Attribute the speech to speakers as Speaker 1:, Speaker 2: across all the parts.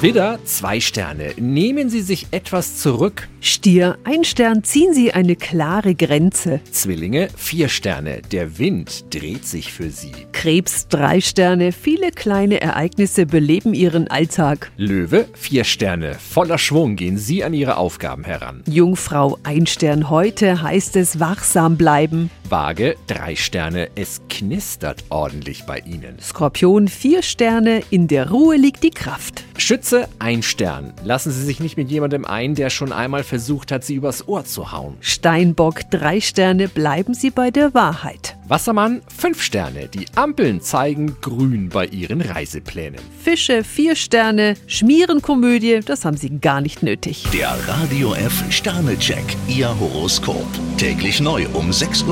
Speaker 1: Widder, zwei Sterne. Nehmen Sie sich etwas zurück.
Speaker 2: Stier, ein Stern, ziehen Sie eine klare Grenze.
Speaker 1: Zwillinge, vier Sterne. Der Wind dreht sich für Sie.
Speaker 2: Krebs, drei Sterne, viele kleine Ereignisse beleben Ihren Alltag.
Speaker 1: Löwe, vier Sterne. Voller Schwung gehen Sie an Ihre Aufgaben heran.
Speaker 2: Jungfrau, ein Stern, heute heißt es wachsam bleiben.
Speaker 1: Waage, drei Sterne. Es knistert ordentlich bei Ihnen.
Speaker 2: Skorpion, vier Sterne, in der Ruhe liegt die Kraft.
Speaker 1: Schütze, ein Stern. Lassen Sie sich nicht mit jemandem ein, der schon einmal versucht hat, Sie übers Ohr zu hauen.
Speaker 2: Steinbock, drei Sterne, bleiben Sie bei der Wahrheit.
Speaker 1: Wassermann, fünf Sterne. Die Ampeln zeigen grün bei Ihren Reiseplänen.
Speaker 2: Fische, vier Sterne, Schmierenkomödie, das haben Sie gar nicht nötig.
Speaker 3: Der Radio F Sternecheck, Ihr Horoskop. Täglich neu um 6.20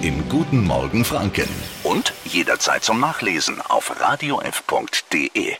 Speaker 3: Uhr im Guten Morgen Franken. Und jederzeit zum Nachlesen auf radiof.de.